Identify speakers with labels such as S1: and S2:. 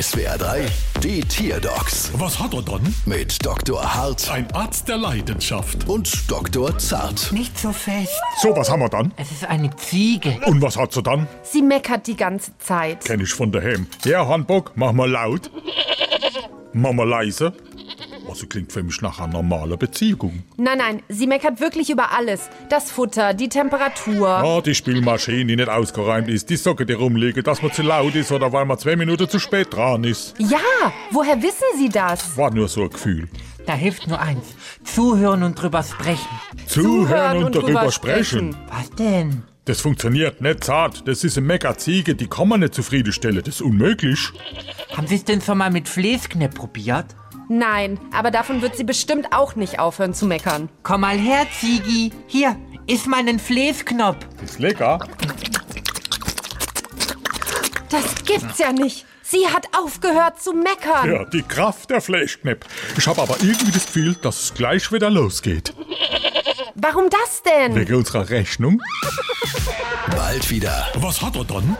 S1: SWR 3, die Tierdocs
S2: Was hat er dann?
S1: mit Dr. Hart
S2: Ein Arzt der Leidenschaft.
S1: und Dr. Zart.
S3: Nicht so fest.
S2: So, was haben wir dann?
S3: Es ist eine Ziege.
S2: Und was hat sie dann?
S4: Sie meckert die ganze Zeit.
S2: Kenn ich von daheim. Ja, Handbock, mach mal laut. Mach mal leise. Also klingt für mich nach einer normalen Beziehung.
S4: Nein, nein, sie meckert wirklich über alles. Das Futter, die Temperatur.
S2: Ah, die Spülmaschine, die nicht ausgeräumt ist, die Socke, die rumliegen, dass man zu laut ist oder weil man zwei Minuten zu spät dran ist.
S4: Ja, woher wissen Sie das?
S2: War nur so ein Gefühl.
S3: Da hilft nur eins. Zuhören und drüber sprechen.
S2: Zuhören und, darüber sprechen.
S3: Was denn?
S2: Das funktioniert nicht zart. Das ist eine Megaziege, die kann man nicht zufriedenstellen. Das ist unmöglich.
S3: Haben Sie es denn schon mal mit Fleesknepp probiert?
S4: Nein, aber davon wird sie bestimmt auch nicht aufhören zu meckern.
S3: Komm mal her, Ziegi. Hier, iss meinen Fleesknopf.
S2: Ist lecker.
S4: Das gibt's ja nicht. Sie hat aufgehört zu meckern.
S2: Ja, die Kraft der Fleischknepp. Ich habe aber irgendwie das Gefühl, dass es gleich wieder losgeht.
S4: Warum das denn?
S2: Wegen unserer Rechnung.
S1: Bald wieder.
S2: Was hat er dann?